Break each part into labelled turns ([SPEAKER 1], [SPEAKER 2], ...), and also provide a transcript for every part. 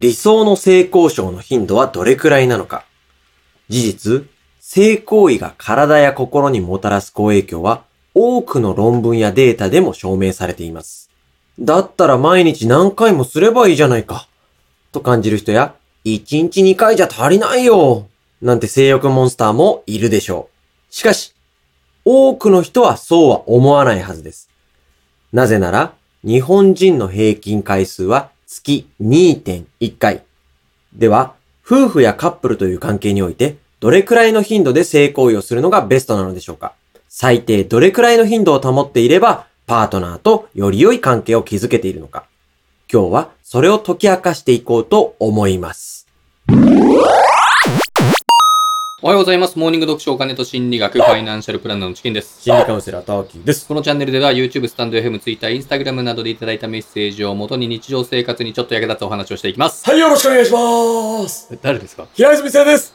[SPEAKER 1] 理想の性交渉の頻度はどれくらいなのか。事実、性行為が体や心にもたらす好影響は多くの論文やデータでも証明されています。だったら毎日何回もすればいいじゃないか。と感じる人や、1日2回じゃ足りないよ。なんて性欲モンスターもいるでしょう。しかし、多くの人はそうは思わないはずです。なぜなら、日本人の平均回数は月2.1回。では、夫婦やカップルという関係において、どれくらいの頻度で性行為をするのがベストなのでしょうか最低どれくらいの頻度を保っていれば、パートナーとより良い関係を築けているのか今日はそれを解き明かしていこうと思います。
[SPEAKER 2] おはようございます。モーニング読書お金と心理学ファイナンシャルプランナーのチキンです。
[SPEAKER 1] 心理カウンセラー、ターキーです。
[SPEAKER 2] このチャンネルでは YouTube、スタンド FM、Twitter、Instagram などでいただいたメッセージをもとに日常生活にちょっと役立つお話をしていきます。
[SPEAKER 1] はい、よろしくお願いします。
[SPEAKER 2] 誰ですか
[SPEAKER 1] 平泉聖です。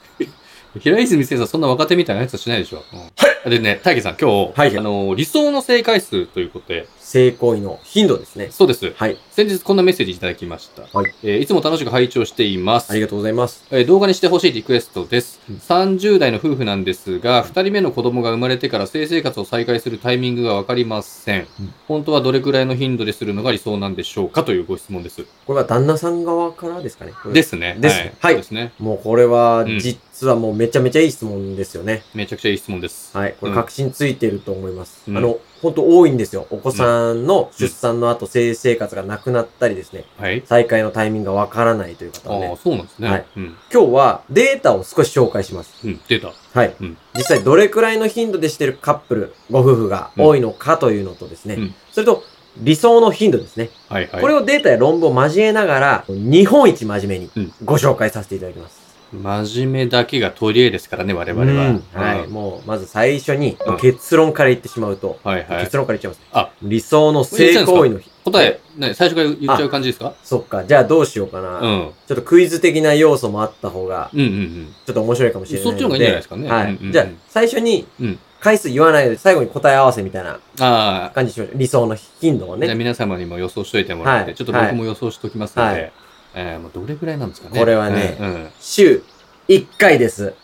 [SPEAKER 2] 平泉先生そんな若手みたいなやつはしないでしょ、はい。でね、大輝さん、今日、
[SPEAKER 1] はい
[SPEAKER 2] あの、理想の正解数ということで、
[SPEAKER 1] 性行為の頻度ですね。
[SPEAKER 2] そうです。
[SPEAKER 1] はい、
[SPEAKER 2] 先日こんなメッセージいただきました。
[SPEAKER 1] はい。
[SPEAKER 2] えーいつも楽しく拝聴しています
[SPEAKER 1] あり。がとうございます。
[SPEAKER 2] えー動画にしてほしいリクエストです。
[SPEAKER 1] うん
[SPEAKER 2] 30代の夫婦なんですが、2人目の子供が生まれてから性生活を再開するタイミングがわかりません,、
[SPEAKER 1] うん
[SPEAKER 2] 本当はどれくらいの頻度でするのが理想なんでしょうかというご質問です。
[SPEAKER 1] これは旦那さん側からですかね。。
[SPEAKER 2] ですすね。
[SPEAKER 1] です
[SPEAKER 2] はい。
[SPEAKER 1] はい
[SPEAKER 2] そうですね。
[SPEAKER 1] もうこれは
[SPEAKER 2] うん、
[SPEAKER 1] 実はもうめちゃめちゃいい質問ですよね。
[SPEAKER 2] めちゃくちゃいい質問です。
[SPEAKER 1] はい。こ
[SPEAKER 2] う
[SPEAKER 1] れ
[SPEAKER 2] ん
[SPEAKER 1] 確信ついてると思います。
[SPEAKER 2] うん
[SPEAKER 1] あの、ほんと多いんですよ。お子さんの出産の後、性生活がなくなったりですね、
[SPEAKER 2] はい。
[SPEAKER 1] 再開のタイミングがわからないという方
[SPEAKER 2] ああ
[SPEAKER 1] はね
[SPEAKER 2] ー、、そうなんですね。
[SPEAKER 1] はい
[SPEAKER 2] うん。
[SPEAKER 1] 今日はデータを少し紹介します。
[SPEAKER 2] うん。出た。
[SPEAKER 1] はい。
[SPEAKER 2] うん
[SPEAKER 1] 実際どれくらいの頻度でしてるカップル、ご夫婦が多いのかというのとですね、
[SPEAKER 2] うん
[SPEAKER 1] それと理想の頻度ですね。
[SPEAKER 2] はいはい。
[SPEAKER 1] これをデータや論文を交えながら、日本一真面目
[SPEAKER 2] う
[SPEAKER 1] に
[SPEAKER 2] ん
[SPEAKER 1] ご紹介させていただきます。
[SPEAKER 2] 真面目だけが取り柄ですからね、我々は。
[SPEAKER 1] うんはい。
[SPEAKER 2] うん
[SPEAKER 1] もう、まず最初に
[SPEAKER 2] うん
[SPEAKER 1] 結論から言ってしまうと、
[SPEAKER 2] はいはい
[SPEAKER 1] 結。論から言っちゃいます
[SPEAKER 2] あ。
[SPEAKER 1] 理想の性行為の日。
[SPEAKER 2] 答え、ね、最初から言っちゃう感じですか
[SPEAKER 1] そっか。じゃあどうしようか
[SPEAKER 2] う
[SPEAKER 1] な。
[SPEAKER 2] ん。うん
[SPEAKER 1] ちょっとクイズ的な要素もあった方が、
[SPEAKER 2] うんうん。
[SPEAKER 1] ちょっと面白いかもしれないので。
[SPEAKER 2] そっちの方がいいんじゃないですかね
[SPEAKER 1] はい。
[SPEAKER 2] うんうんうん
[SPEAKER 1] じゃあ、最初に
[SPEAKER 2] うん、
[SPEAKER 1] 回数言わないで、最後に答え合わせみたいな
[SPEAKER 2] ああ、
[SPEAKER 1] 感じしましょう。理想の頻度を
[SPEAKER 2] じゃあ
[SPEAKER 1] ね。
[SPEAKER 2] 皆様にも予想しといてもらって、
[SPEAKER 1] はい
[SPEAKER 2] ちょっと僕も予想しておきますので、
[SPEAKER 1] はい
[SPEAKER 2] えー、もうどれぐらいなんですかね。
[SPEAKER 1] これはね
[SPEAKER 2] うんうん
[SPEAKER 1] 週1回です。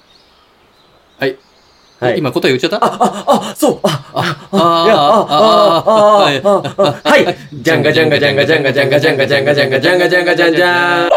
[SPEAKER 2] はい。
[SPEAKER 1] はい。
[SPEAKER 2] 今答え言っちゃったあ、
[SPEAKER 1] あ、あ、そう、あ、あ、
[SPEAKER 2] あ
[SPEAKER 1] いや、あ、あ、
[SPEAKER 2] ー
[SPEAKER 1] あ、あ、あ、あ、はい。じゃんがじゃんがじゃんがじゃんがじゃんがじゃんがじゃんがじゃんがじゃんがじゃんがじゃんじゃん。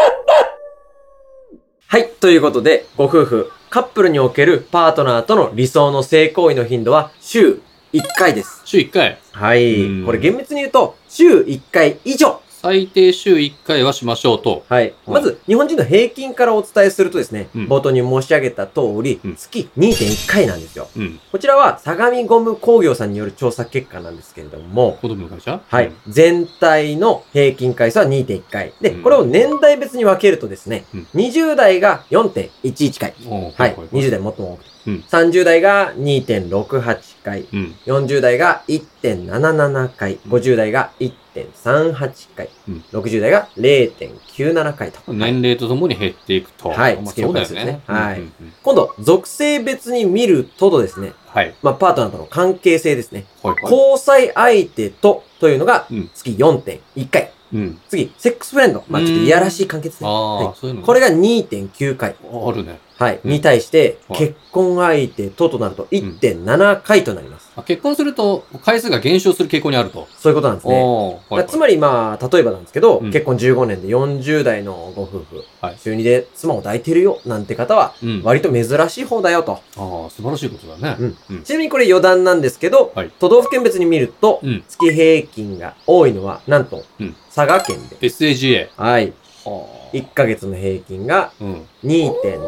[SPEAKER 1] はい。ということで、ご夫婦、カップルにおけるパートナーとの理想の性行為の頻度は週1回です。
[SPEAKER 2] 週1回。
[SPEAKER 1] はい。
[SPEAKER 2] うん
[SPEAKER 1] これ厳密に言うと、週1回以上。
[SPEAKER 2] 最低週1回はしましょうと。
[SPEAKER 1] はい。
[SPEAKER 2] うん
[SPEAKER 1] まず、日本人の平均からお伝えするとですね、
[SPEAKER 2] うん
[SPEAKER 1] 冒頭に申し上げた通り
[SPEAKER 2] うん、
[SPEAKER 1] 月2.1回なんですよ。
[SPEAKER 2] うん。
[SPEAKER 1] こちらは、相模ゴム工業さんによる調査結果なんですけれども、
[SPEAKER 2] 子供の会社
[SPEAKER 1] はい。全体の平均回数は2.1回。で、
[SPEAKER 2] うん
[SPEAKER 1] これを年代別に分けるとですね、
[SPEAKER 2] うん
[SPEAKER 1] 20代が4.11回。
[SPEAKER 2] うんおー
[SPEAKER 1] はい。
[SPEAKER 2] い
[SPEAKER 1] 20代最も多くて。
[SPEAKER 2] うん
[SPEAKER 1] 30代が2.68回。
[SPEAKER 2] うん。
[SPEAKER 1] 40代が1.77回。50代が1.38回。
[SPEAKER 2] うん
[SPEAKER 1] 60代が0.97回と。
[SPEAKER 2] 年齢とともに減っていくと。
[SPEAKER 1] はい
[SPEAKER 2] まあ
[SPEAKER 1] 月の
[SPEAKER 2] そうだ
[SPEAKER 1] 回
[SPEAKER 2] よ
[SPEAKER 1] 数ですね
[SPEAKER 2] ね。
[SPEAKER 1] はい
[SPEAKER 2] うんうんうん
[SPEAKER 1] 今度、属性別に見るととですね、
[SPEAKER 2] はい。
[SPEAKER 1] まあ、パートナーとの関係性ですね。
[SPEAKER 2] はいはい。
[SPEAKER 1] 交際相手とというのが
[SPEAKER 2] うん
[SPEAKER 1] 月4.1回。
[SPEAKER 2] うん。
[SPEAKER 1] 次、セックスフレンド。まあ、ちょっといやらしい関係ですね。
[SPEAKER 2] あ
[SPEAKER 1] は
[SPEAKER 2] あ、そういう
[SPEAKER 1] い、
[SPEAKER 2] の。
[SPEAKER 1] これが2.9回。
[SPEAKER 2] あるね。
[SPEAKER 1] はい。
[SPEAKER 2] うん
[SPEAKER 1] に対して、
[SPEAKER 2] はい
[SPEAKER 1] 結婚相手ととなると1.7回となります。
[SPEAKER 2] あ結婚すると回数が減少する傾向にあると。
[SPEAKER 1] そういうことなんですね。
[SPEAKER 2] おー
[SPEAKER 1] だからつまりまあ、例えばなんですけど、
[SPEAKER 2] うん
[SPEAKER 1] 結婚15年で40代のご夫婦、
[SPEAKER 2] はい
[SPEAKER 1] 中2で妻を抱いてるよ、なんて方は、
[SPEAKER 2] り、うん、あ
[SPEAKER 1] 割と珍しい方だよと。
[SPEAKER 2] あー、素晴らしいことだね。
[SPEAKER 1] ちなみにこれ余談なんですけど、
[SPEAKER 2] はい
[SPEAKER 1] 都道府県別に見ると、
[SPEAKER 2] うん
[SPEAKER 1] 月平均が多いのは、なんと、
[SPEAKER 2] うん
[SPEAKER 1] 佐賀県で。
[SPEAKER 2] SAGA。
[SPEAKER 1] はい。
[SPEAKER 2] は
[SPEAKER 1] 1ヶ月の平均が
[SPEAKER 2] あ。うん。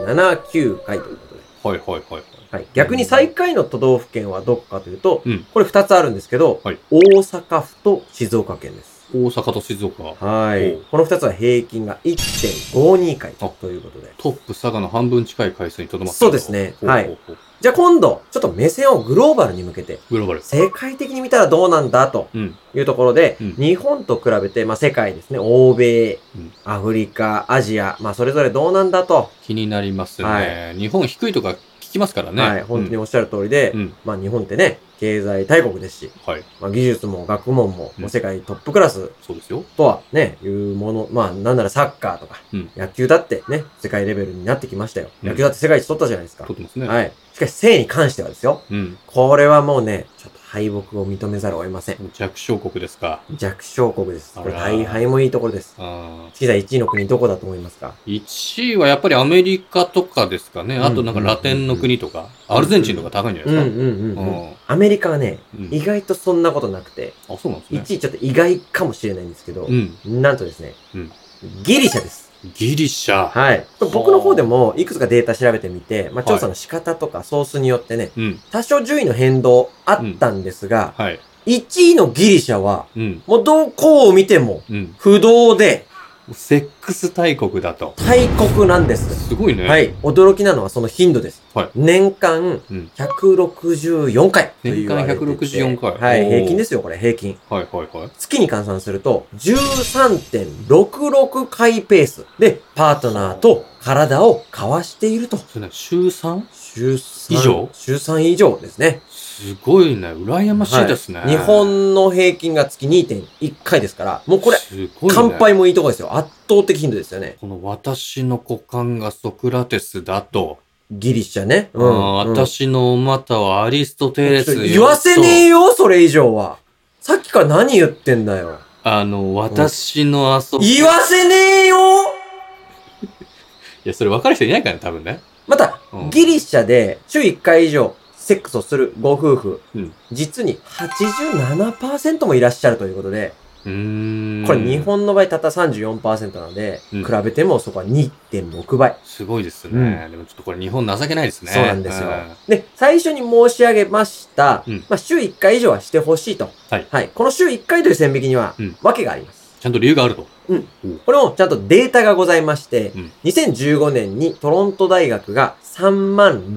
[SPEAKER 1] 2.79回ということで。
[SPEAKER 2] はいはいはいはい。
[SPEAKER 1] はい、逆に最下位の都道府県はどこかというと、
[SPEAKER 2] うん
[SPEAKER 1] これ2つあるんですけど、
[SPEAKER 2] はい
[SPEAKER 1] 大阪府と静岡県です。
[SPEAKER 2] 大阪と静岡。
[SPEAKER 1] はい
[SPEAKER 2] おう。
[SPEAKER 1] この2つは平均が1.52回
[SPEAKER 2] あ
[SPEAKER 1] ということで。
[SPEAKER 2] トップ佐賀の半分近い回数にとどまって
[SPEAKER 1] そうですね
[SPEAKER 2] ほうほう
[SPEAKER 1] はい
[SPEAKER 2] ほう
[SPEAKER 1] じゃあ今度、ちょっと目線をグローバルに向けて、
[SPEAKER 2] グローバル。
[SPEAKER 1] 世界的に見たらどうなんだと
[SPEAKER 2] うん。
[SPEAKER 1] いうところで、
[SPEAKER 2] うん
[SPEAKER 1] 日本と比べて、まあ、世界ですね、欧米、
[SPEAKER 2] うん
[SPEAKER 1] アフリカ、アジア、まあ、それぞれどうなんだと。
[SPEAKER 2] 気になりますね。
[SPEAKER 1] は
[SPEAKER 2] 日本低いとか聞きますからね。
[SPEAKER 1] はい、本当におっしゃる通りで、
[SPEAKER 2] うん。うん。
[SPEAKER 1] まあ日本ってね、経済大国ですし、
[SPEAKER 2] はい。
[SPEAKER 1] まあ技術も学問も
[SPEAKER 2] うん
[SPEAKER 1] もう世界トップクラス
[SPEAKER 2] そうですよ。
[SPEAKER 1] とはね、いうもの、まあなんならサッカーとか
[SPEAKER 2] うん、
[SPEAKER 1] 野球だってね、世界レベルになってきましたよ。
[SPEAKER 2] うん
[SPEAKER 1] 野球だって世界一取ったじゃないですか
[SPEAKER 2] 撮。ってますね。い。
[SPEAKER 1] はい。しかし性に関してはですよ、
[SPEAKER 2] うん。
[SPEAKER 1] これはもうね、ちょっと敗北を認めざるを得ません。
[SPEAKER 2] 弱小国ですか。
[SPEAKER 1] 弱小国です。これ
[SPEAKER 2] あら
[SPEAKER 1] 大敗もいいところです。
[SPEAKER 2] あー
[SPEAKER 1] 月さん1位の国どこだと思いますか
[SPEAKER 2] 1位はやっぱりアメリカとかですかね。あとなんかラテンの国とか、アルゼンチンとか高いんじゃ
[SPEAKER 1] う
[SPEAKER 2] なんいうで
[SPEAKER 1] ん
[SPEAKER 2] すか。
[SPEAKER 1] うんうん。
[SPEAKER 2] うん
[SPEAKER 1] アメリカはね、
[SPEAKER 2] うん
[SPEAKER 1] 意外とそんなことなくて、
[SPEAKER 2] あ、そうなんですね。
[SPEAKER 1] 1位ちょっと意外かもしれないんですけど
[SPEAKER 2] う、ん。
[SPEAKER 1] なんとですね
[SPEAKER 2] うん、
[SPEAKER 1] ギリシャです。
[SPEAKER 2] ギリシャ。
[SPEAKER 1] はい。僕の方でもいくつかデータ調べてみて、まあ、調査の仕方とかソースによってね、
[SPEAKER 2] うん。
[SPEAKER 1] 多少順位の変動あったんですが、
[SPEAKER 2] はい。
[SPEAKER 1] 1位のギリシャは、
[SPEAKER 2] うん。
[SPEAKER 1] もうどこを見ても
[SPEAKER 2] うん。
[SPEAKER 1] 不動で
[SPEAKER 2] セックス大国だと。
[SPEAKER 1] 大国なんです。
[SPEAKER 2] すごいね。
[SPEAKER 1] は。い。驚きなのはその頻度です。
[SPEAKER 2] はい
[SPEAKER 1] 年間
[SPEAKER 2] うん
[SPEAKER 1] 164回と言
[SPEAKER 2] 年
[SPEAKER 1] わ
[SPEAKER 2] 間
[SPEAKER 1] れてて。
[SPEAKER 2] 164回
[SPEAKER 1] はい。
[SPEAKER 2] おー
[SPEAKER 1] 平均ですよ、これ、平均。
[SPEAKER 2] はいはいはい。
[SPEAKER 1] 月に換算すると、13.66回ペースで、パートナーと体を交わしていると。
[SPEAKER 2] それね、週 3?
[SPEAKER 1] 週3
[SPEAKER 2] 以上
[SPEAKER 1] 週3以上ですね。
[SPEAKER 2] すごいね。羨ましいですね。
[SPEAKER 1] 日本の平均が月2.1回ですから、もうこれ、
[SPEAKER 2] すごいね、
[SPEAKER 1] 乾杯もいいとこですよ。圧倒的頻度ですよね。
[SPEAKER 2] この私の股間がソクラテスだと、
[SPEAKER 1] ギリシャね。
[SPEAKER 2] あー私のお股はアリストテレスよ
[SPEAKER 1] 言わせねえ
[SPEAKER 2] よ
[SPEAKER 1] よ、それ以上は。さっきから何言ってんだよ。
[SPEAKER 2] あの、私の遊び。
[SPEAKER 1] 言わせねえよ
[SPEAKER 2] いや、それ分かる人いないからね、多分ね。
[SPEAKER 1] また
[SPEAKER 2] うん、
[SPEAKER 1] ギリシャで週1回以上セックスをするご夫婦、
[SPEAKER 2] うん
[SPEAKER 1] 実に87%もいらっしゃるということで、
[SPEAKER 2] うーん。
[SPEAKER 1] これ日。本の場合たった34%なので、
[SPEAKER 2] うん
[SPEAKER 1] 比べてもそこは2.6倍。
[SPEAKER 2] すごいですね、でもちょっとこれ日本情けないですね。
[SPEAKER 1] そうなんですよ。で、最初に申し上げました、
[SPEAKER 2] うん
[SPEAKER 1] まあ週1回以上はしてほしいと。
[SPEAKER 2] はい
[SPEAKER 1] この週1回という線引きには
[SPEAKER 2] うん、
[SPEAKER 1] 訳があります。
[SPEAKER 2] ちゃんと理由があると。
[SPEAKER 1] これもちゃんとデータがございまして、
[SPEAKER 2] うん
[SPEAKER 1] 2015年にトロント大学が3万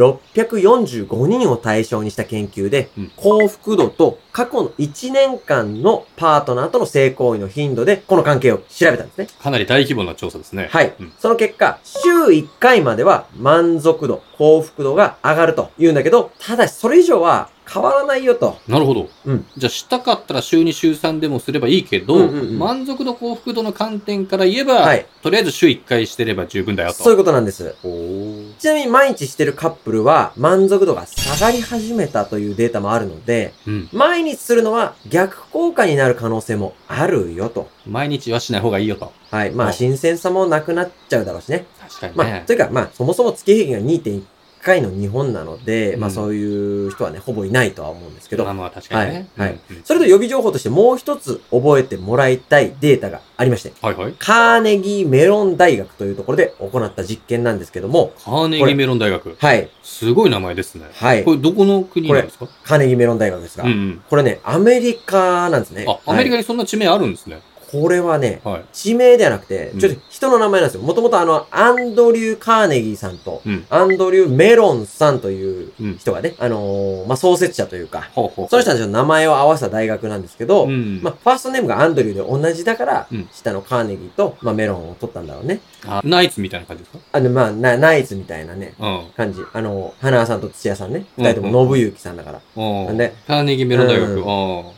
[SPEAKER 1] 645人を対象にした研究で、
[SPEAKER 2] うん
[SPEAKER 1] 幸福度と過去の1年間のパートナーとの性行為の頻度で、この関係を調べたんですね。
[SPEAKER 2] かなり大規模な調査ですね。
[SPEAKER 1] はい。
[SPEAKER 2] うん
[SPEAKER 1] その結果、週1回までは満足度、幸福度が上がると言うんだけど、ただしそれ以上は変わらないよと。
[SPEAKER 2] なるほど。
[SPEAKER 1] うん
[SPEAKER 2] じゃあ、したかったら週2、週3でもすればいいけど、
[SPEAKER 1] うんうんうん
[SPEAKER 2] 満足度、幸福度の観点から言えば、
[SPEAKER 1] はい
[SPEAKER 2] とりあえず週1回してれば十分だよと。
[SPEAKER 1] そういうことなんです。
[SPEAKER 2] おー
[SPEAKER 1] ちなみに毎日してるカップルは満足度が下がり始めたというデータもあるので、
[SPEAKER 2] うん。
[SPEAKER 1] 毎日するのは逆効果になる可能性もあるよと。
[SPEAKER 2] 毎日はしない方がいいよと。
[SPEAKER 1] はい。ま
[SPEAKER 2] は
[SPEAKER 1] あ、
[SPEAKER 2] い
[SPEAKER 1] 新鮮さもなくなっちゃうだろうしね。
[SPEAKER 2] 確かに
[SPEAKER 1] まあ、
[SPEAKER 2] ね。
[SPEAKER 1] というか、まあ、そもそも月平均が2.1回の日本なので、まあ、
[SPEAKER 2] うん
[SPEAKER 1] そういう人はね、ほぼいないとは思うんですけ
[SPEAKER 2] まあ
[SPEAKER 1] ど、
[SPEAKER 2] まあ確かにね。
[SPEAKER 1] はい
[SPEAKER 2] うんうん
[SPEAKER 1] それと予備情報としてもう一つ覚えてもらいたいデータがありまして、
[SPEAKER 2] はいはい。
[SPEAKER 1] カーネギーメロン大学というところで行った実験なんですけども、
[SPEAKER 2] カーネギーメロン大学。
[SPEAKER 1] はい。
[SPEAKER 2] すごい名前ですね。
[SPEAKER 1] はい
[SPEAKER 2] こ。れどこの国なんですか
[SPEAKER 1] カーネギーメロン大学ですが
[SPEAKER 2] うん、うん。
[SPEAKER 1] これね、アメリカなんですね。
[SPEAKER 2] あ、アメリ
[SPEAKER 1] は
[SPEAKER 2] カ
[SPEAKER 1] い
[SPEAKER 2] にそんな地名あるんですね。
[SPEAKER 1] これはね、
[SPEAKER 2] はい。
[SPEAKER 1] 地名ではなくて
[SPEAKER 2] う、ん
[SPEAKER 1] ちょっと人の名前なんですよ。もともとあの、アンドリュー・カーネギーさんと、
[SPEAKER 2] うん
[SPEAKER 1] アンドリュー・メロンさんという
[SPEAKER 2] うん。
[SPEAKER 1] 人がね、あのーまあ、創設者というか、
[SPEAKER 2] ほうほう。
[SPEAKER 1] その人たちの名前を合わせた大学なんですけど、
[SPEAKER 2] うん。
[SPEAKER 1] まあ、ファーストネームがアンドリューで同じだから、
[SPEAKER 2] うん
[SPEAKER 1] 下のカーネギーと、まあ、メロンを取ったんだろうね。
[SPEAKER 2] あナイツみたいな感じですか
[SPEAKER 1] あの、まあ、なナイツみたいなね、
[SPEAKER 2] うん。
[SPEAKER 1] 感じ。あのー、花輪さんと土屋さんね、
[SPEAKER 2] うん
[SPEAKER 1] 二人とも信之さんだから。
[SPEAKER 2] あ
[SPEAKER 1] なんで
[SPEAKER 2] カーネギーメロン大
[SPEAKER 1] う
[SPEAKER 2] 学。ああ。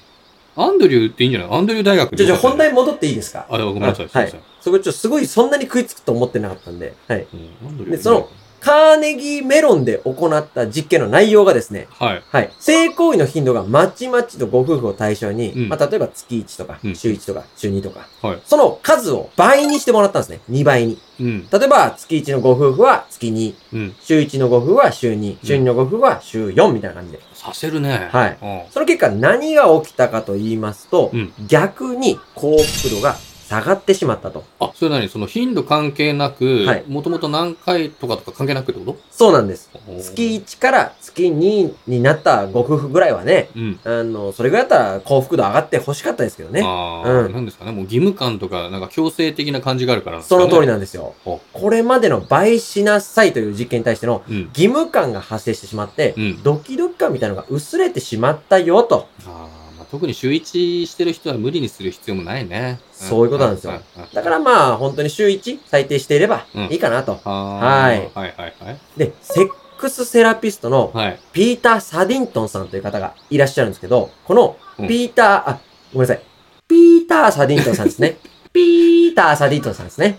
[SPEAKER 2] アンドリューっていいんじゃないアンドリュー大学
[SPEAKER 1] じ
[SPEAKER 2] で
[SPEAKER 1] ゃ、じゃ、
[SPEAKER 2] よか
[SPEAKER 1] 本
[SPEAKER 2] ったんじゃな
[SPEAKER 1] 題
[SPEAKER 2] い
[SPEAKER 1] 戻っていいですか
[SPEAKER 2] あ、でもごめんなさい。すい
[SPEAKER 1] は
[SPEAKER 2] ませ
[SPEAKER 1] い
[SPEAKER 2] ん。。
[SPEAKER 1] そこちょっとすごいそんなに食いつくと思ってなかったんで、はい。
[SPEAKER 2] うんアンドリュー
[SPEAKER 1] で、その、カーネギーメロンで行った実験の内容がですね、
[SPEAKER 2] はい。
[SPEAKER 1] はい。性行為の頻度がまちまちとご夫婦を対象に、
[SPEAKER 2] うん
[SPEAKER 1] まあ、例えば月1とか
[SPEAKER 2] う、ん
[SPEAKER 1] 週1とか、週2とか、
[SPEAKER 2] はい
[SPEAKER 1] その数を倍にしてもらったんですね。2倍に。
[SPEAKER 2] うん。
[SPEAKER 1] 例えば、月1のご夫婦は月2、
[SPEAKER 2] うん。
[SPEAKER 1] 週1のご夫婦は週2、週2のご夫婦は週4みたいな感じで。
[SPEAKER 2] させるね。
[SPEAKER 1] はい
[SPEAKER 2] い。
[SPEAKER 1] その結果何が起きたかと言いますと、
[SPEAKER 2] うん
[SPEAKER 1] 逆に幸福度が下がってしまったと。
[SPEAKER 2] あ、それ何その頻度関係なく
[SPEAKER 1] はい、
[SPEAKER 2] もともと何回とかとか関係なくってこ
[SPEAKER 1] そうなんです。
[SPEAKER 2] と
[SPEAKER 1] 月。1から月2になったご夫婦ぐらいはね、
[SPEAKER 2] うん。
[SPEAKER 1] あの、それぐらいだったら幸福度上がって欲しかったですけどね。
[SPEAKER 2] ああ、
[SPEAKER 1] うん
[SPEAKER 2] なんですかね。もう義務感とか、なんか強制的な感じがあるから
[SPEAKER 1] その通り
[SPEAKER 2] な
[SPEAKER 1] なんですよ。
[SPEAKER 2] ほ
[SPEAKER 1] これまでの倍しなさいという実験に対しての
[SPEAKER 2] んですかね。
[SPEAKER 1] 義務感が発生してしまって、
[SPEAKER 2] うん。うん。
[SPEAKER 1] ドキドキ感みたいなのが薄れてしまったよと。
[SPEAKER 2] あーまあ、特に週一してる人は無理にする必要もないね。、
[SPEAKER 1] そういうことなんですよ。だかららまあ、本当に週1最低していれば
[SPEAKER 2] うん
[SPEAKER 1] いいかなと。
[SPEAKER 2] はーい。はいはいはい。
[SPEAKER 1] で、セックスセラピストの
[SPEAKER 2] はい。
[SPEAKER 1] ピーター・サディントンさんという方がいらっしゃるんですけど、この
[SPEAKER 2] うん
[SPEAKER 1] ピーター、あ、ごめんなさい。ピーター・サディントンさんです ね。ピーター・サディントンさんですね。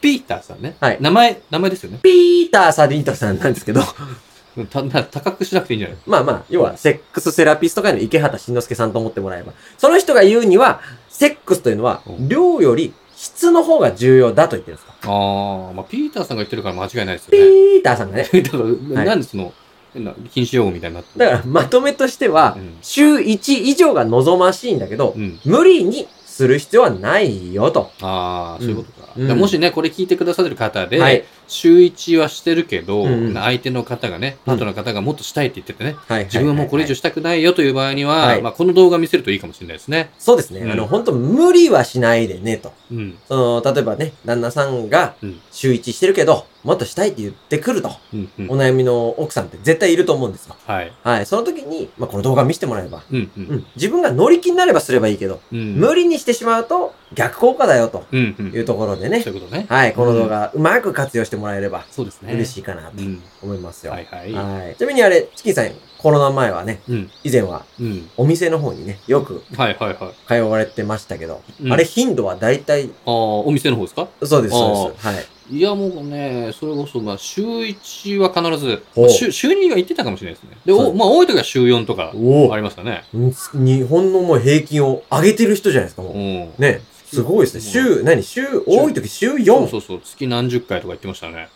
[SPEAKER 2] ピーターさんね。
[SPEAKER 1] はい
[SPEAKER 2] 名前、名前ですよね。
[SPEAKER 1] ピーター・サディントンさんなんですけど、
[SPEAKER 2] た、な、高くしなくていいんじゃない
[SPEAKER 1] まあまあ、要はセックスセラピスト界の池畑慎之介さんと思ってもらえば、その人が言うには、セックスというのは
[SPEAKER 2] うん
[SPEAKER 1] 量より質の方が重要だと言ってるんですか。
[SPEAKER 2] ああ、まあ、ピーターさんが言ってるから間違いないです
[SPEAKER 1] ピ
[SPEAKER 2] よね。
[SPEAKER 1] ーターさんがね。
[SPEAKER 2] ピーター
[SPEAKER 1] は
[SPEAKER 2] が、
[SPEAKER 1] い
[SPEAKER 2] なんでその、変な禁止用語みたいになってる
[SPEAKER 1] だから、まとめとしては
[SPEAKER 2] う、ん。
[SPEAKER 1] 週1以上が望ましいんだけど
[SPEAKER 2] う、ん。
[SPEAKER 1] 無理にする必要はないよと。
[SPEAKER 2] ああ、そういうことか。
[SPEAKER 1] うん
[SPEAKER 2] だからもしね、これ聞いてくださる方で、
[SPEAKER 1] はい。
[SPEAKER 2] 週一はしてるけど、
[SPEAKER 1] うんうん
[SPEAKER 2] 相手の方がね、パートナーの方がもっとしたいって言っててね、
[SPEAKER 1] はい。
[SPEAKER 2] 自分はもうこれ以上したくないよという場合には、
[SPEAKER 1] はい
[SPEAKER 2] まあ、この動画見せるといいかもしれないですね。
[SPEAKER 1] そうですね。
[SPEAKER 2] うん
[SPEAKER 1] あの、本当無理はしないでね、と。
[SPEAKER 2] うん。
[SPEAKER 1] その、例えばね、旦那さんが
[SPEAKER 2] うん、
[SPEAKER 1] 週1してるけど、もっとしたいって言ってくると、
[SPEAKER 2] うん、うん。
[SPEAKER 1] お悩みの奥さんって絶対いると思うんですよ。
[SPEAKER 2] はい。
[SPEAKER 1] はい。その時に、まあ、この動画見せてもらえば、
[SPEAKER 2] うん、
[SPEAKER 1] う
[SPEAKER 2] う。
[SPEAKER 1] んん。自分が乗り気になればすればいいけど、
[SPEAKER 2] うん。
[SPEAKER 1] 無理にしてしまうと逆効果だよ、と
[SPEAKER 2] うん、うん。
[SPEAKER 1] いうところでね
[SPEAKER 2] そう。いうことね。
[SPEAKER 1] はい。この動画、うまく活用してもらえれば、
[SPEAKER 2] そうですね。
[SPEAKER 1] 嬉しいかなと
[SPEAKER 2] うん。
[SPEAKER 1] 思いますよ。
[SPEAKER 2] はい、はい。
[SPEAKER 1] はい。ちなみにあれ、チキンさん、コロナ前はね、
[SPEAKER 2] うん、
[SPEAKER 1] 以前は
[SPEAKER 2] うん。
[SPEAKER 1] お店の方にね、よく
[SPEAKER 2] はい、はい、はい。
[SPEAKER 1] 通われてましたけど、
[SPEAKER 2] うん
[SPEAKER 1] あれ頻度は大体、
[SPEAKER 2] ああ、お店の方ですか
[SPEAKER 1] そうです、
[SPEAKER 2] あー
[SPEAKER 1] そうです。はい。
[SPEAKER 2] いや、もうね、それこそ、まあ、週1は必ず、
[SPEAKER 1] ほう
[SPEAKER 2] 週週2は行ってたかもしれないですね。で、
[SPEAKER 1] そ
[SPEAKER 2] お
[SPEAKER 1] う
[SPEAKER 2] まあ、多い時は週4とか、
[SPEAKER 1] お
[SPEAKER 2] ありましたね。
[SPEAKER 1] お日本のもう平均を上げてる人じゃないですか、
[SPEAKER 2] う
[SPEAKER 1] もう。
[SPEAKER 2] ん。
[SPEAKER 1] ね、すごいですね。週、何週、多い時週
[SPEAKER 2] そう
[SPEAKER 1] 4?
[SPEAKER 2] そうそう、月何十回とか言ってましたね。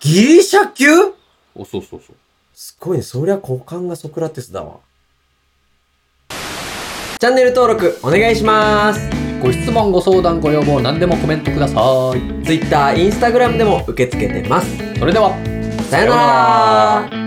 [SPEAKER 1] ギリシャ級
[SPEAKER 2] お、そうそうそう。
[SPEAKER 1] すごいね。そりゃ股間がソクラテスだわ。チャンネル登録お願いします。
[SPEAKER 2] ご質問、ご相談、ご要望、何でもコメントください。
[SPEAKER 1] Twitter、Instagram でも受け付けてます。
[SPEAKER 2] それでは、
[SPEAKER 1] さよなら